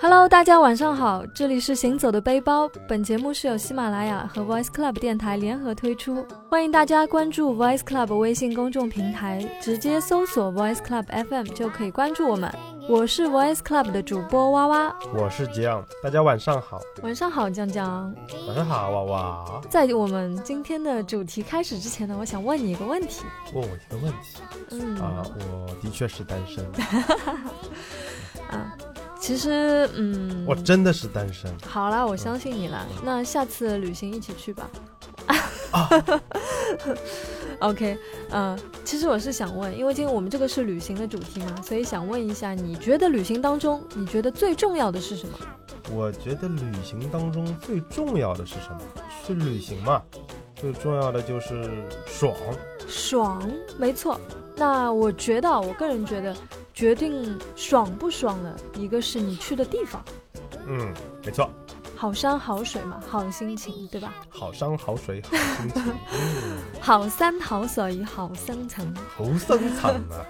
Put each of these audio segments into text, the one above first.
Hello，大家晚上好，这里是行走的背包。本节目是由喜马拉雅和 Voice Club 电台联合推出，欢迎大家关注 Voice Club 微信公众平台，直接搜索 Voice Club FM 就可以关注我们。我是 Voice Club 的主播哇哇，我是吉昂，大家晚上好，晚上好，江江。晚上好，哇哇。在我们今天的主题开始之前呢，我想问你一个问题。问我一个问题嗯啊，我的确是单身，啊，其实嗯，我真的是单身。好啦，我相信你啦。那下次旅行一起去吧。OK，嗯、其实我是想问，因为今天我们这个是旅行的主题嘛，所以想问一下，你觉得旅行当中，你觉得最重要的是什么？我觉得旅行当中最重要的是什么？是旅行嘛，最重要的就是爽。爽，没错。那我觉得啊，我个人觉得，决定爽不爽的一个是你去的地方，嗯，没错，好山好水嘛，好心情，对吧？好山好水好心情，嗯，好山好水好心情。 好生产啊。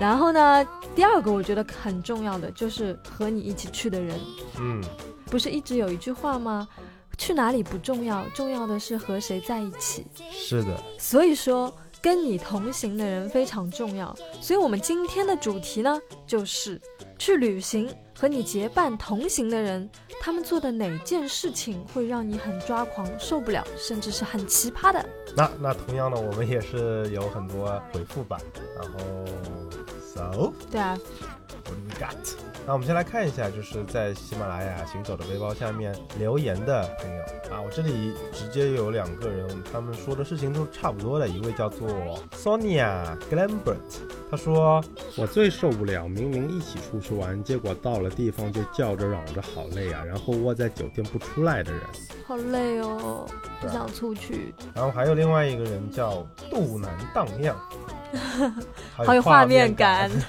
然后呢，第二个我觉得很重要的就是和你一起去的人，嗯，不是一直有一句话吗？去哪里不重要，重要的是和谁在一起。是的，所以说，跟你同行的人非常重要。所以我们今天的主题呢，就是去旅行和你结伴同行的人，他们做的哪件事情会让你很抓狂、受不了，甚至是很奇葩的？那那同样的，我们也是有很多回复吧，然后 so。对啊， What do we got？那我们先来看一下，就是在喜马拉雅行走的背包下面留言的朋友啊，我这里直接有两个人，他们说的事情都是差不多的。一位叫做 Sonia Glambert，他说我最受不了，明明一起出去玩，结果到了地方就叫着嚷着好累啊，然后窝在酒店不出来的人。好累哦，不对啊想出去。然后还有另外一个人叫肚腩荡 漾，好有画面感。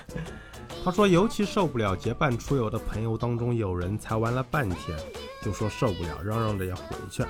他说，尤其受不了结伴出游的朋友当中有人才玩了半天，就说受不了，嚷嚷着要回去。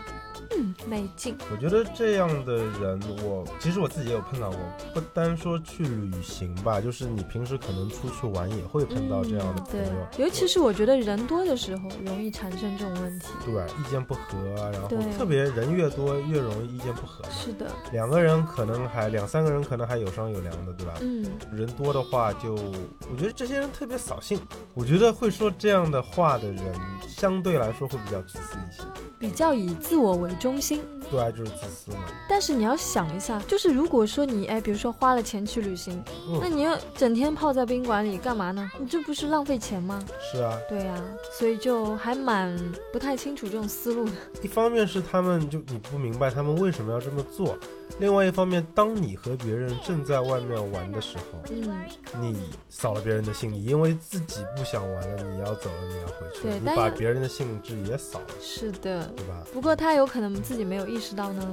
嗯，没劲。我觉得这样的人，我其实我自己也有碰到过，不单说去旅行吧，就是你平时可能出去玩也会碰到这样的嗯朋友，对，尤其是我觉得人多的时候容易产生这种问题。对意见不合啊，然后对特别人越多越容易意见不合嘛。是的，两个人可能还两三个人可能还有商有量的，对吧？嗯，人多的话就，我觉得这些人特别扫兴。我觉得会说这样的话的人，相对来说会比较自私一些。比较以自我为中心。对啊，就是自私嘛。但是你要想一下，就是如果说你哎，比如说花了钱去旅行，嗯那你要整天泡在宾馆里干嘛呢？你这不是浪费钱吗？是啊，对呀、所以就还蛮不太清楚这种思路的。一方面是他们就你不明白他们为什么要这么做，另外一方面，当你和别人正在外面玩的时候， 嗯，你扫了别人的兴，你因为自己不想玩了，你要走了，你要回去了，对你但把是别人的兴致也扫了，是的。对吧？不过他有可能自己没有意识到呢。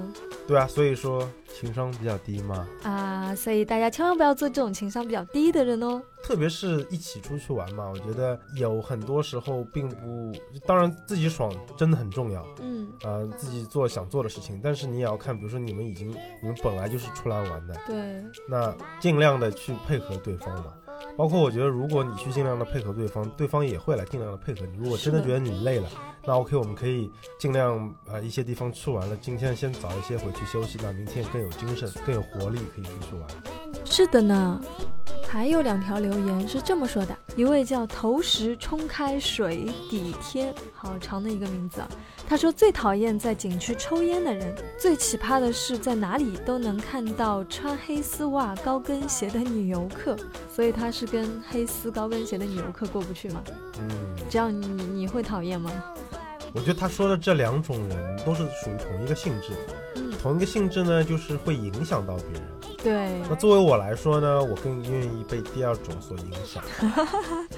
对啊，所以说情商比较低嘛。啊，所以大家千万不要做这种情商比较低的人哦。特别是一起出去玩嘛，我觉得有很多时候并不，当然自己爽真的很重要，嗯，呃，自己做想做的事情，但是你也要看，比如说你们已经你们本来就是出来玩的，对，那尽量的去配合对方嘛。包括我觉得，如果你去尽量的配合对方，对方也会来尽量的配合你。如果真的是觉的得你累了，那 OK，我们可以尽量呃一些地方去完了，今天先早一些回去休息，那明天更有精神、更有活力，可以出去玩。是的呢，还有两条留言是这么说的，一位叫“投石冲开水底天”，好长的一个名字啊。他说最讨厌在景区抽烟的人，最奇葩的是在哪里都能看到穿黑丝袜、高跟鞋的女游客，所以他是跟黑丝高跟鞋的女游客过不去吗？嗯，这样你你会讨厌吗？我觉得他说的这两种人都是属于同一个性质，嗯，同一个性质呢，就是会影响到别人。对，那作为我来说呢，我更愿意被第二种所影响。嗯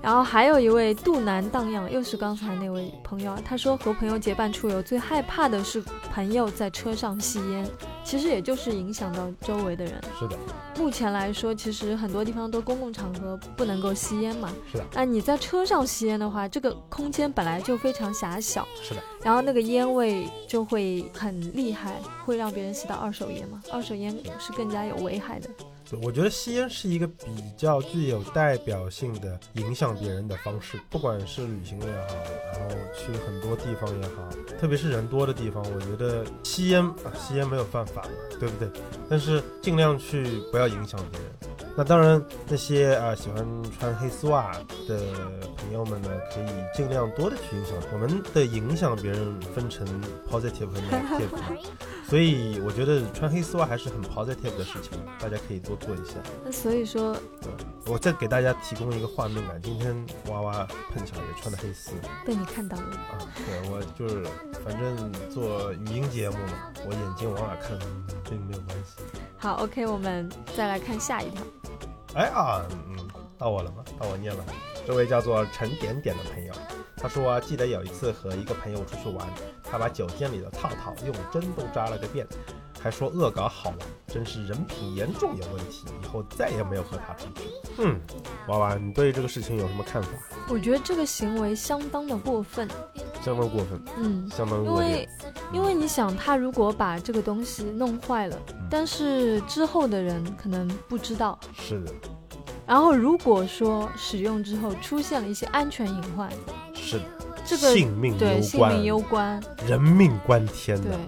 然后还有一位肚腩荡漾，又是刚才那位朋友啊，他说和朋友结伴出游最害怕的是朋友在车上吸烟，其实也就是影响到周围的人。是的，目前来说，其实很多地方都公共场合不能够吸烟嘛。是的。那你在车上吸烟的话，这个空间本来就非常狭小，是的，然后那个烟味就会很厉害，会让别人吸到二手烟嘛。二手烟是更加有危害的。我觉得吸烟是一个比较具有代表性的影响别人的方式，不管是旅行也好，然后去很多地方也好，特别是人多的地方，我觉得吸烟啊，吸烟没有犯法嘛，对不对？但是尽量去不要影响别人。那当然，那些啊喜欢穿黑丝袜的朋友们呢，可以尽量多的去影响。我们的影响别人分成 positive 和 negative，嘛所以我觉得穿黑丝袜还是很 positive 的事情，大家可以多做一下。那所以说，对，我再给大家提供一个画面感。今天娃娃碰巧也穿的黑丝被你看到了，啊，对我就是反正做语音节目嘛，我眼睛往哪看并没有关系。好，OK，我们再来看下一条。哎啊，嗯，到我了吗？到我念了。这位叫做陈点点的朋友，他说、啊、记得有一次和一个朋友出去玩，他把酒店里的套套用针都扎了个遍，还说恶搞好玩，真是人品严重有问题，以后再也没有和他出去。嗯，娃娃，你对这个事情有什么看法？我觉得这个行为相当的过分，相当过分，嗯，相当因恶为劣。因为你想，他如果把这个东西弄坏了，嗯但是之后的人可能不知道，是的，然后如果说使用之后出现了一些安全隐患，是的，这个性命对攸性关，命攸关，人命关天对的。，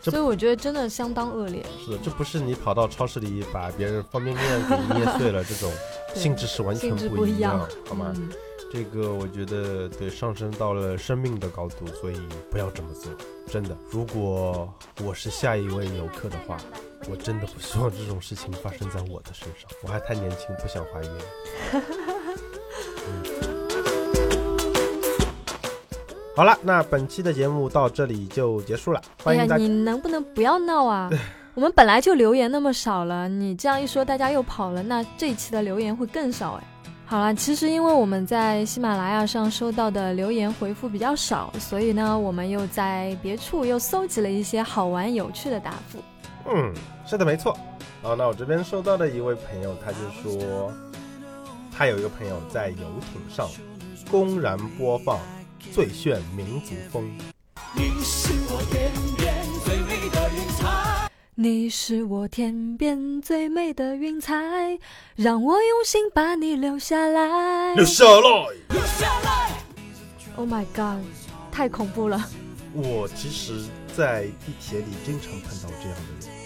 这所以我觉得真的相当恶劣。是的，这不是你跑到超市里把别人方便面给捏 碎了这种，对性质是完全性质不一样，样，好吗？嗯这个我觉得对上升到了生命的高度，所以不要这么做。真的，如果我是下一位游客的话，我真的不希望这种事情发生在我的身上。我还太年轻，不想怀孕。 嗯好了，那本期的节目到这里就结束了，哎欢呀迎，大家你。能不能不要闹啊？我们本来就留言那么少了，你这样一说，大家又跑了，那这一期的留言会更少哎。好啦，其实因为我们在喜马拉雅上收到的留言回复比较少，所以呢，我们又在别处又搜集了一些好玩有趣的答复。嗯，是的，没错。哦，那我这边收到的一位朋友，他就说，他有一个朋友在游艇上公然播放最炫民族风。你是我天边最美的云彩。你是我天边最美的云彩，让我用心把你留下来。下来！ Oh my god，太恐怖了！我其实，在地铁里经常碰到这样的人，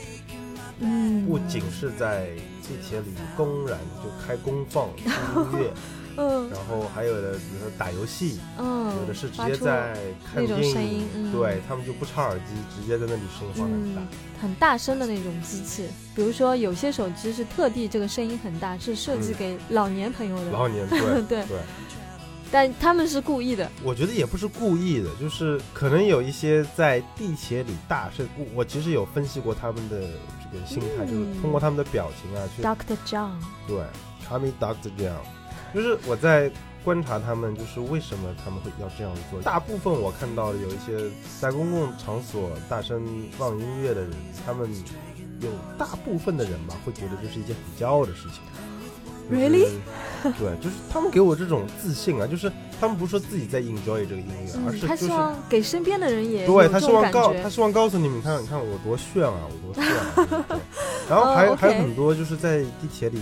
嗯，不仅是在地铁里公然就开公放听音 乐，嗯然后还有的比如说打游戏，嗯，有的是直发接出在看那种电声音影，嗯对他们就不插耳机，直接在那里声音放得很大。嗯，很大声的那种机器，比如说有些手机是特地这个声音很大，是设计嗯给老年朋友的，老年 对对对，但他们是故意的。我觉得也不是故意的，就是可能有一些在地铁里大声，我我其实有分析过他们的这个心态，嗯就是通过他们的表情啊去 Doctor John，对 c a m i Doctor 这样，就是我在观察他们，就是为什么他们会要这样做。大部分我看到的有一些在公共场所大声放音乐的人，他们有大部分的人吧，会觉得这是一件很骄傲的事情。就是 Really？对，就是他们给我这种自信啊，就是他们不是说自己在 enjoy 这个音乐，而嗯，是他就是希望给身边的人也有对他这希种望感告他觉。希望告诉你们，你看你看我多炫啊，我多炫啊。 对然后还、哦还有 OK 很多就是在地铁里，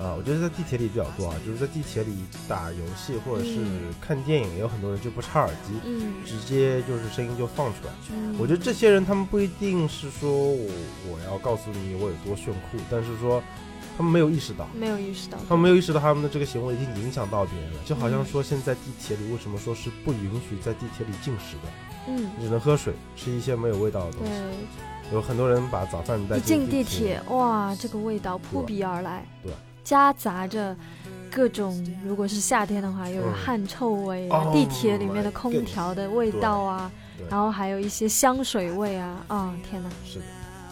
啊、我觉得在地铁里比较多啊，就是在地铁里打游戏或者是嗯看电影，也有很多人就不插耳机，嗯，直接就是声音就放出来。嗯我觉得这些人他们不一定是说我我要告诉你我有多炫酷，但是说他们没有意识到。没有意识到，他们没有意识到他们的这个行为已经影响到别人了，就好像嗯说现在地铁里为什么说是不允许在地铁里进食的，嗯，只能喝水，吃一些没有味道的东西。对，有很多人把早饭带一进地地铁，哇，这个味道扑鼻而来，对，夹杂着。各种，如果是夏天的话，又有嗯汗臭味啊， Oh 地铁里面的 my 空 goodness 调的味对道啊，对然后还有一些香水味啊，啊、天哪！是的，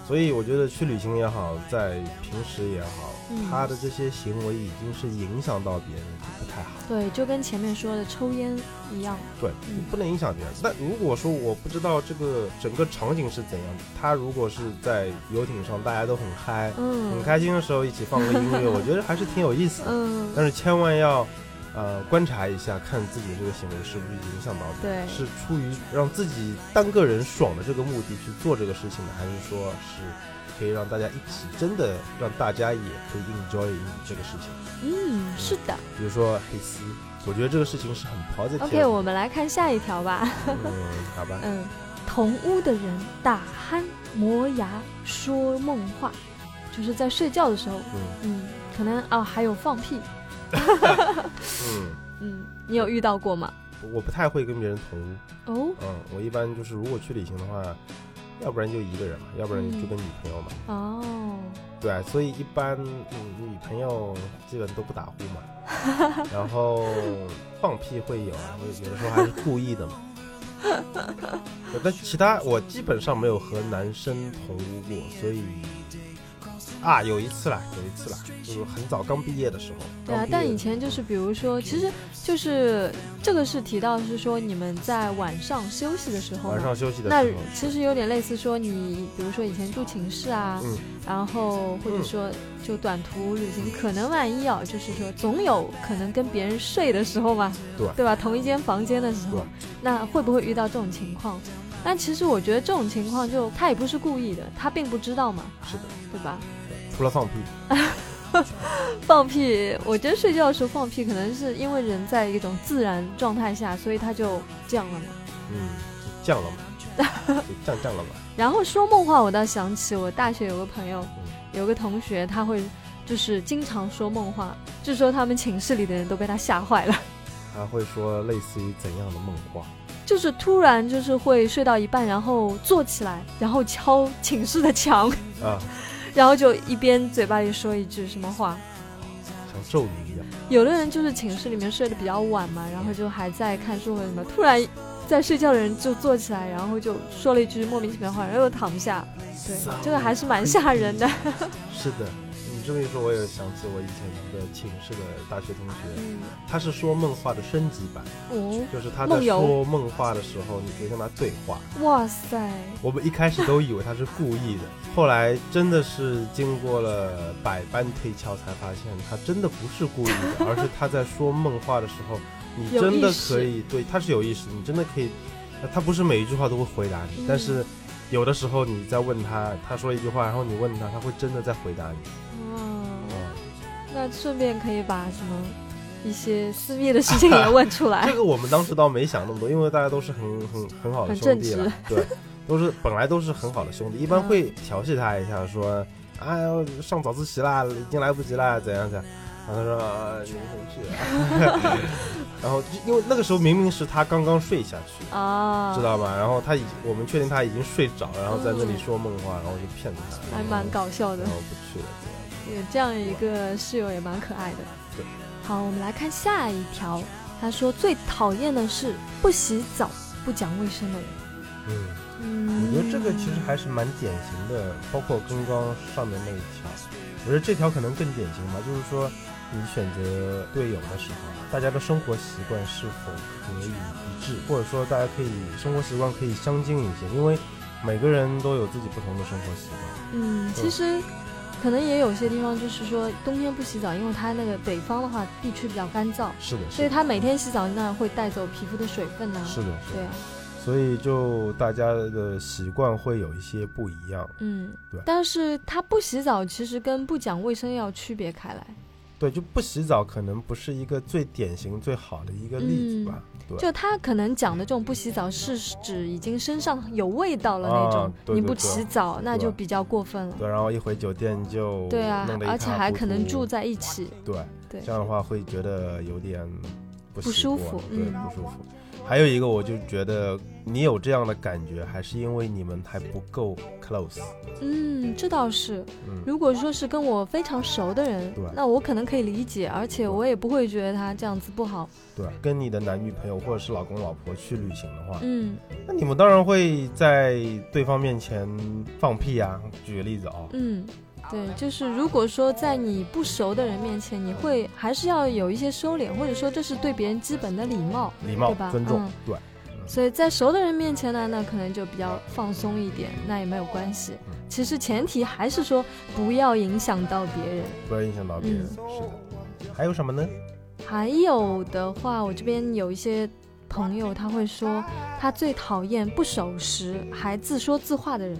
所以我觉得去旅行也好，在平时也好，嗯他的这些行为已经是影响到别人，就不太好。对，就跟前面说的抽烟一样，对，嗯你不能影响别人。但如果说我不知道这个整个场景是怎样，他如果是在游艇上，大家都很嗨、很嗯开心的时候一起放个音乐，我觉得还是挺有意思的。嗯，但是千万要，呃，观察一下，看自己这个行为是不是影响到别人，对是出于让自己单个人爽的这个目的去做这个事情的，还是说是可以让大家一起，真的让大家也可以 enjoy 你这个事情。嗯，是的。比如说黑丝，我觉得这个事情是很 positive 的。 OK，我们来看下一条吧。嗯，好吧。嗯，同屋的人打鼾、磨牙、说梦话，就是在睡觉的时候，嗯嗯，可能啊、还有放屁，嗯，嗯，你有遇到过吗？我不太会跟别人同屋。哦，嗯，我一般就是如果去旅行的话，要不然就一个人嘛，要不然嗯就跟女朋友嘛。哦，对啊，所以一般嗯女朋友基本都不打呼嘛， 然后放屁会有啊，我有的时候还是故意的嘛。对但其他我基本上没有和男生同屋过，所以啊有一次啦，有一次啦，就是很早刚毕业的时候。对啊刚，毕业但以前就是比如说，其实就是这个是提到是说你们在晚上休息的时候晚嘛，上休息的那时候，其实有点类似说你，比如说以前住寝室啊，嗯然后或者说就短途旅行，可能万一啊，就是说总有可能跟别人睡的时候嘛，对吧？同一间房间的时候对，那会不会遇到这种情况？但其实我觉得这种情况就他也不是故意的，他并不知道嘛，是的，对吧？除了放屁，放屁，我觉得睡觉的时候放屁，可能是因为人在一种自然状态下，所以他就这样了嘛。嗯，就降了嘛，就降降了嘛。然后说梦话，我倒想起我大学有个朋友，嗯有个同学，他会就是经常说梦话，据说他们寝室里的人都被他吓坏了， 还会说类似于怎样的梦话？就是突然就是会睡到一半，然后坐起来，然后敲寝室的墙，啊，然后就一边嘴巴里说一句什么话。像咒语一样。有的人就是寝室里面睡得比较晚嘛，然后就还在看书或者什么，突然在睡觉的人就坐起来，然后就说了一句莫名其妙的话，然后又躺下。对，这个还是蛮吓人 的。是的，你这么一说，我也想起我以前的寝室的大学同学，嗯，他是说梦话的升级版，哦，就是他在梦游说梦话的时候，你可以跟他对话。哇塞，我们一开始都以为他是故意的，后来真的是经过了百般推敲，才发现他真的不是故意的，而是他在说梦话的时候，你有真的意识可以对他是有意识，你真的可以，呃他不是每一句话都会回答你，嗯但是有的时候你在问他，他说一句话，然后你问他，他会真的在回答你。哇。嗯那顺便可以把什么一些私密的事情也问出来 这。个我们当时倒没想那么多，因为大家都是很很很好的很兄正弟直了，对，都是本来都是很好的兄弟，一般嗯会调戏他一下，说，哎呦，上早自习啦，已经来不及啦，怎样怎样，然后他说，啊你 回去，啊然后就因为那个时候明明是他刚刚睡下去，啊，知道吗？然后他已我们确定他已经睡着，然后在那里说梦话，然后就骗他，还蛮，搞笑的然，后不去了，这样。有这样一个室友也蛮可爱的对。好，我们来看下一条。他说最讨厌的是不洗澡、不讲卫生的人。嗯，嗯，我觉得这个其实还是蛮典型的，包括刚刚上面那一条，我觉得这条可能更典型吧，就是说你选择队友的时候，大家的生活习惯是否可以一致，或者说大家可以生活习惯可以相近一些，因为每个人都有自己不同的生活习惯。嗯，其实可能也有些地方就是说冬天不洗澡，因为它那个北方的话地区比较干燥，是的，所以他每天洗澡那会带走皮肤的水分呐、是的，是对的啊，，所以就大家的习惯会有一些不一样。嗯对，但是他不洗澡其实跟不讲卫生要区别开来。对，就不洗澡可能不是一个最典型、最好的一个例子吧。对。就他可能讲的这种不洗澡，是指已经身上有味道了那种，啊对对你不洗澡那就比较过分了。对，然后一回酒店就对啊弄得，一而且塌还糊可能涂住在一起。对对这样的话会觉得有点不不习舒惯服对嗯不舒服。还有一个，我就觉得你有这样的感觉，还是因为你们还不够 close。嗯，这倒是。嗯，如果说是跟我非常熟的人对，那我可能可以理解，而且我也不会觉得他这样子不好。对，跟你的男女朋友或者是老公老婆去旅行的话，嗯那你们当然会在对方面前放屁啊。举个例子啊、嗯，对，就是如果说在你不熟的人面前，你会还是要有一些收敛，或者说这是对别人基本的礼貌。礼貌对、吧尊重嗯，对，所以在熟的人面前呢，那可能就比较放松一点，那也没有关系。其实前提还是说不要影响到别人。不要影响到别嗯人。是的，还有什么呢？还有的话，我这边有一些朋友他会说，他最讨厌不守时还自说自话的人。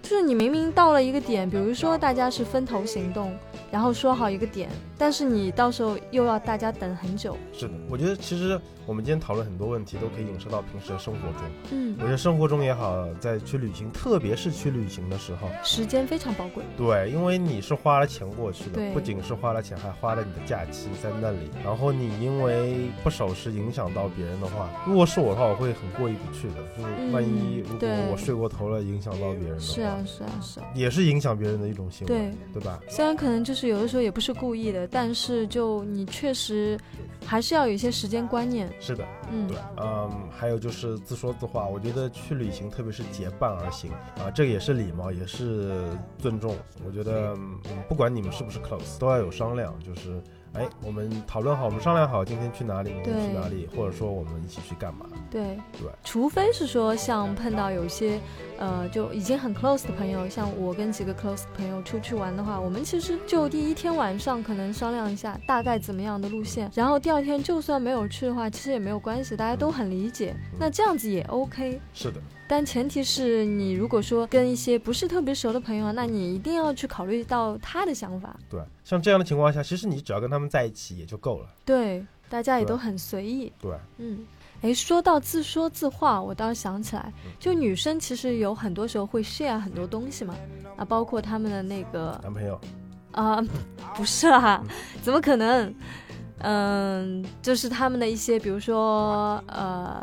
就是你明明到了一个点，比如说大家是分头行动，然后说好一个点，但是你到时候又要大家等很久。是的，我觉得其实我们今天讨论很多问题都可以影射到平时的生活中。嗯我，觉得生活中也好，在去旅行，特别是去旅行的时候，时间非常宝贵。对，因为你是花了钱过去的对，不仅是花了钱，还花了你的假期在那里。然后你因为不守时影响到别人的话，如果是我的话，我会很过意不去的。就是万一嗯如果对我睡过头了，影响到别人的话，是啊，是啊，是啊。也是影响别人的一种行为，对吧？虽然可能就是有的时候也不是故意的，但是就你确实还是要有一些时间观念。是的，嗯对，，嗯，还有就是自说自话，我觉得去旅行，特别是结伴而行啊，这个也是礼貌，也是尊重。我觉得、嗯不管你们是不是 close，都要有商量，就是哎，我们讨论好，我们商量好今天去哪里，明天去对哪里，或者说我们一起去干嘛。对，对除非是说像碰到有些，呃，就已经很 close 的朋友，像我跟几个 close 的朋友出去玩的话，我们其实就第一天晚上可能商量一下大概怎么样的路线，然后第二天就算没有去的话，其实也没有关系，大家都很理解，那这样子也 OK。是的，但前提是你如果说跟一些不是特别熟的朋友，那你一定要去考虑到他的想法，对，像这样的情况下，其实你只要跟他们在一起也就够了。对，大家也对都很随意。对，嗯，哎，说到自说自话，我倒是想起来，嗯就女生其实有很多时候会 share 很多东西嘛，啊，包括她们的那个男朋友，啊、不是啦，嗯怎么可能？嗯，就是她们的一些，比如说呃，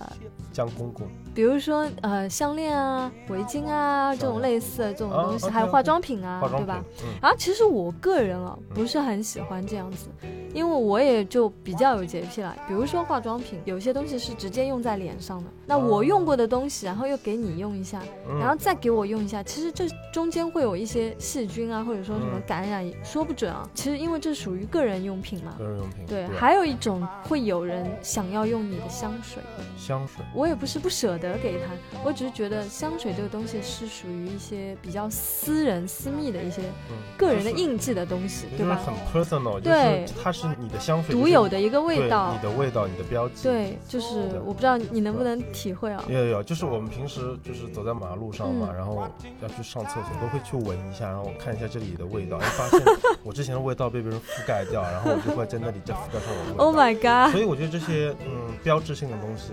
江公公，比如说呃，项链啊、围巾啊这种类似的这种东西，哦还有 OK，OK 化妆品啊，化妆对品吧？，嗯，啊，其实我个人啊嗯不是很喜欢这样子，因为我也就比较有洁癖啦。比如说化妆品，有些东西是直接用在脸上的，那我用过的东西，然后又给你用一下，嗯然后再给我用一下，其实这中间会有一些细菌啊，或者说什么嗯感染，说不准啊。其实因为这属于个人用品嘛。个人用品，对，还有一种会有人想要用你的香水，香水，我也不是不舍得给他，我只是觉得香水这个东西是属于一些比较私人、私密的一些嗯，个人的就是印记的东西，也对就是吧？很 personal，对就是它是你的香水独有的的一个味道你，的味道，你的标记。，对，就是对我不知道你能不能体会啊。有有有，就是我们平时就是走在马路上嘛，嗯然后要去上厕所，都会去闻一下，然后看一下这里的 味道，哎发现我之前的味道被别人覆盖掉，然后我就会在那里再覆盖上我的 味道。 Oh my god！所以我觉得这些嗯标志性的东西，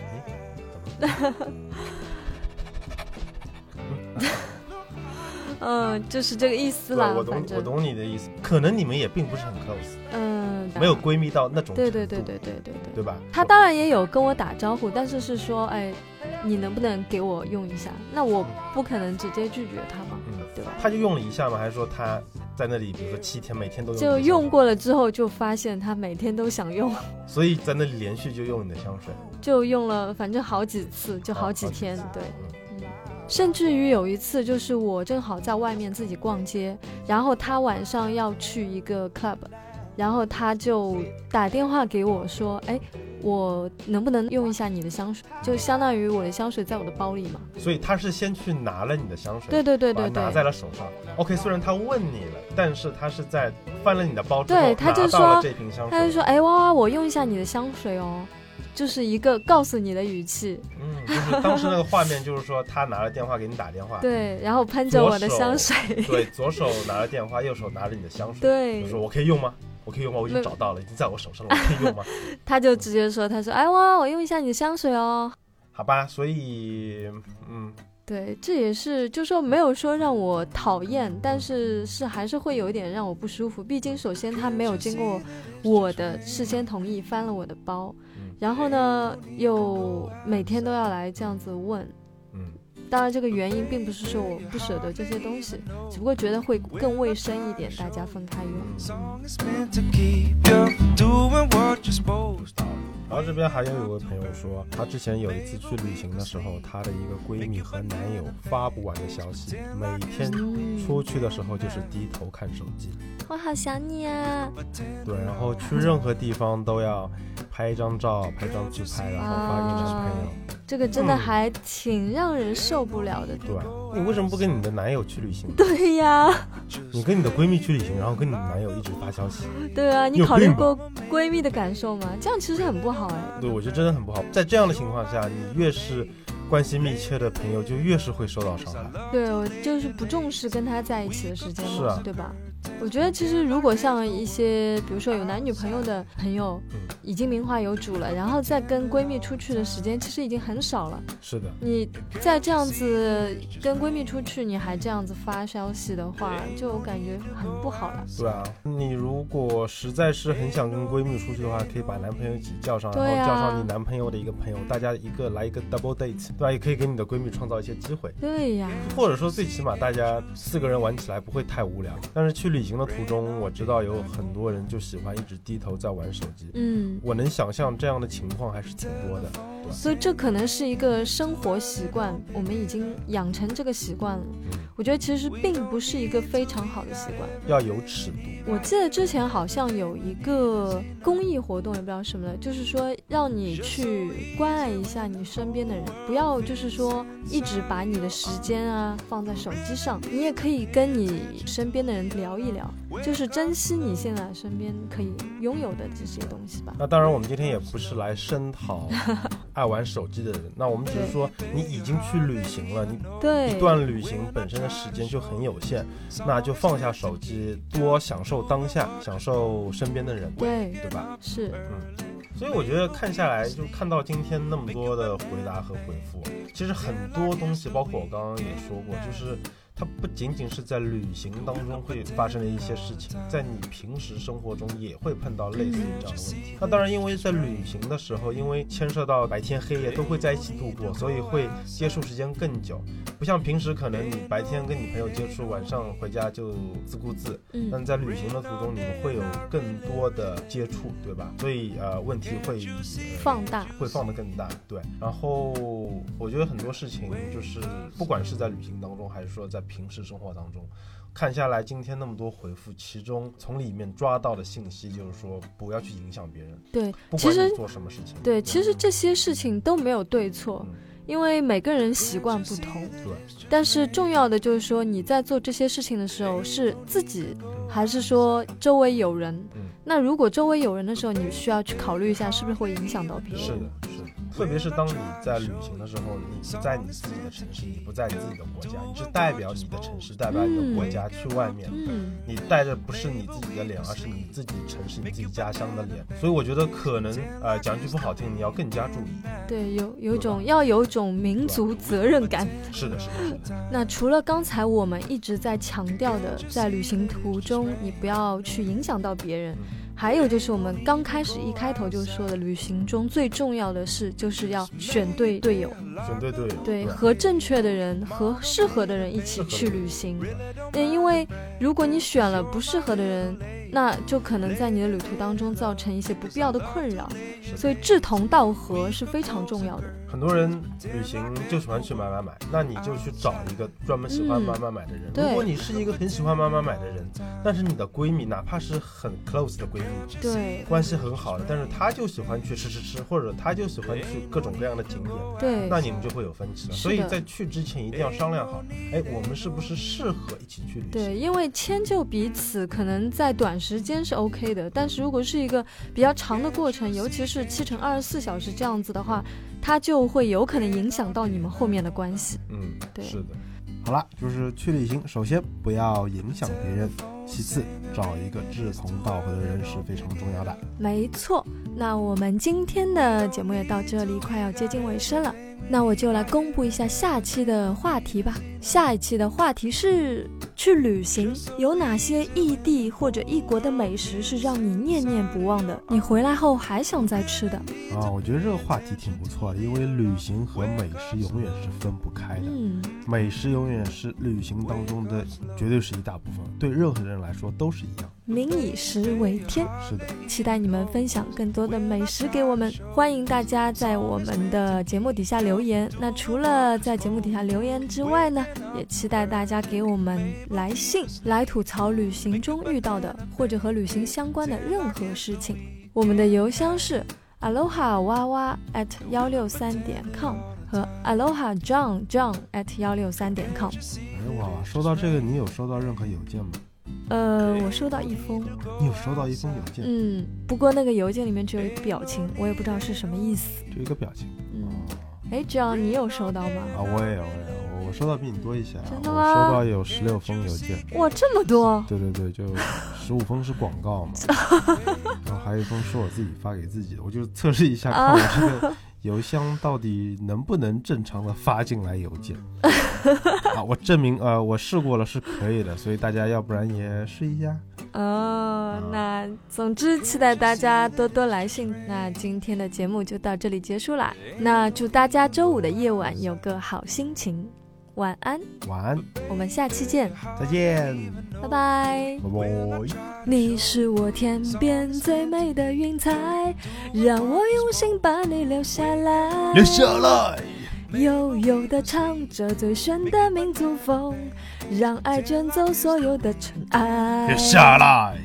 哎，怎么？嗯，就是这个意思对，啦我，懂反我正，懂你的意思，可能你们也并不是很 close，嗯，没有。闺蜜到那种对对程对度对对对对。对吧？他当然也有跟我打招呼，但是是说，哎，你能不能给我用一下？那我不可能直接拒绝他嘛，嗯。对吧？他就用了一下嘛，还是说他在那里，比如说七天，每天都用你的就香水用，过了之后，就发现他每天都想用， 所以在那里连续就用你的香水。啊就用了，反正好几次，就好几天好，嗯对。甚至于有一次，就是我正好在外面自己逛街，然后他晚上要去一个 club，然后他就打电话给我说：“哎，我能不能用一下你的香水？就相当于我的香水在我的包里嘛。所以他是先去拿了你的香”水，对对对对把它拿在对，了手上。OK，虽然他问你了，但是他是在翻了你的包之后，对他就拿到了说这瓶香水，他就说：“哎，娃娃，我用一下你的香水哦。”就是一个告诉你的语气，嗯，就是当时那个画面，就是说他拿了电话给你打电话，对，然后喷着我的左手香水，对，左手拿了电话，右手拿着你的香水，对就，说我可以用吗？我可以用吗？我已经没找到了，已经在我手上了，我可以用吗？他就直接说：“他说，哎，娃娃，我用一下你的香水哦。”好吧，所以嗯，对，这也是就说没有说让我讨厌，但是是还是会有一点让我不舒服。毕竟首先他没有经过我的事先同意，翻了我的包嗯，然后呢又每天都要来这样子问。嗯，当然，这个原因并不是说我不舍得这些东西，只不过觉得会更卫生一点，大家分开用。 Song is meant to keep you doing what you're supposed to. 然后这边还有一位朋友说，她之前有一次去旅行的时候，她的一个闺蜜和男友发不完的消息，每天出去的时候就是低头看手机，嗯我好想你啊！对，然后去任何地方都要拍一张照，拍张自拍，然后发给男朋友。这个真的嗯还挺让人受不了的。对，你为什么不跟你的男友去旅行？对呀。你跟你的闺蜜去旅行，然后跟你男友一直发消息，对啊，你有考虑病吧过闺蜜的感受吗？这样其实很不好哎。对我觉得真的很不好。在这样的情况下，你越是关系密切的朋友就越是会受到伤害。对我就是不重视跟他在一起的时间是嘛，啊对吧？我觉得其实如果像一些，比如说有男女朋友的朋友，嗯已经名花有主了，然后再跟闺蜜出去的时间其实已经很少了。是的，你再这样子跟闺蜜出去，你还这样子发消息的话，就感觉很不好了。对啊，你如果实在是很想跟闺蜜出去的话，可以把男朋友一起叫上，然对后啊叫上你男朋友的一个朋友，大家一个来一个 double date，对吧、也可以给你的闺蜜创造一些机会，对呀，或者说最起码大家四个人玩起来不会太无聊。但是去旅行的途中，我知道有很多人就喜欢一直低头在玩手机，嗯，我能想象这样的情况还是挺多的。所以这可能是一个生活习惯，我们已经养成这个习惯了。嗯我觉得其实并不是一个非常好的习惯。要有尺度，我记得之前好像有一个公益活动，也不知道什么的，就是说让你去关爱一下你身边的人，不要就是说一直把你的时间啊放在手机上，你也可以跟你身边的人聊一聊，就是珍惜你现在身边可以拥有的这些东西吧。那当然，我们今天也不是来声讨爱玩手机的人，那我们只是说你已经去旅行了，你对一，段旅行本身的时间就很有限，那就放下手机，多享受当下，享受身边的人，对，对吧？是，所以我觉得看下来，就看到今天那么多的回答和回复，其实很多东西，包括我刚刚也说过，就是它不仅仅是在旅行当中会发生的一些事情，在你平时生活中也会碰到类似于这样的问题。那当然，因为在旅行的时候，因为牵涉到白天黑夜都会在一起度过，所以会接触时间更久，不像平时可能你白天跟你朋友接触，晚上回家就自顾自，嗯，但在旅行的途中，你们会有更多的接触，对吧？所以呃，问题会呃放大，会放得更大，对。然后我觉得很多事情就是，不管是在旅行当中，还是说在平时生活当中，看下来今天那么多回复，其中从里面抓到的信息就是说，不要去影响别人，对，不其管实你做什么事情。对，其实这些事情都没有对错嗯，因为每个人习惯不同。对，但是重要的就是说，你在做这些事情的时候是自己，还是说周围有人嗯？那如果周围有人的时候，你需要去考虑一下，是不是会影响到别是人？的，是的。特别是当你在旅行的时候，你不在你自己的城市，你不在你自己的国家，你是代表你的城市，代表你的国家去外面。嗯，你带着不是你自己的脸，而是你自己城市、你自己家乡的脸，所以我觉得可能，呃，讲一句不好听，你要更加 注意。对，有有种要有种民族责任感。是的，是的，是的，那除了刚才我们一直在强调的，在旅行途中你不要去影响到别人，还有就是我们刚开始一开头就说的，旅行中最重要的事就是要选对队友。选对队友，对，吧和正确的人和适合的人一起去旅行。嗯，因为如果你选了不适合的人，那就可能在你的旅途当中造成一些不必要的困扰。是的所以志同道合是非常重要的。很多人旅行就喜欢去买买买，那你就去找一个专门喜欢买买买的人。对如果你是一个很喜欢买买买的人，但是你的闺蜜，哪怕是很 close 的闺蜜，对关系很好的，但是她就喜欢去吃吃吃，或者她就喜欢去各种各样的景点，对那你们就会有分歧了。是所以的在去之前一定要商量好，哎，我们是不是适合一起去旅行？对，因为迁就彼此，可能在短时间是 OK 的，但是如果是一个比较长的过程，尤其是七乘二十四小时这样子的话，它就会有可能影响到你们后面的关系。嗯，对是的。好了，就是去旅行，首先不要影响别人，其次找一个志同道合的人是非常重要的。没错，那我们今天的节目也到这里，快要接近尾声了。那我就来公布一下下期的话题吧。下一期的话题是去旅行，有哪些异地或者异国的美食是让你念念不忘的？你回来后还想再吃的？啊，我觉得这个话题挺不错的，因为旅行和美食永远是分不开的，嗯，美食永远是旅行当中的绝对是一大部分，对任何人来说都是一样。民以食为天。是的，期待你们分享更多的美食给我们，欢迎大家在我们的节目底下留言。那除了在节目底下留言之外呢，也期待大家给我们来信，来吐槽旅行中遇到的或者和旅行相关的任何事情。我们的邮箱是 aloha 哇哇 at 幺六三点 com 和 aloha john john at 幺六三点 com。哎哇，说到这个，你有收到任何邮件吗？呃，我收到一封，你有收到一封邮件，嗯嗯，不过那个邮件里面只有一个表情，我也不知道是什么意思。就一个表情。嗯，哎，John，你有收到吗？啊，我也有，我也有，我我收到比你多一些啊，真我的吗收到有十六封邮件，哇，这么多！对对对，就十五封是广告 嘛，然后还有一封是我自己发给自己的，我就测试一下，看我这个邮箱到底能不能正常的发进来邮 件。啊，我证明，呃，我试过了是可以的，所以大家要不然也试一下。哦，那总之期待大家多多来信。那今天的节目就到这里结束啦。那祝大家周五的夜晚有个好心情，晚安，晚安，我们下期见，再见，拜拜。拜拜。你是我天边最美的云彩，让我用心把你留下来。留下来，悠悠地唱着最炫的民族风，让爱卷走所有的尘埃。留下来。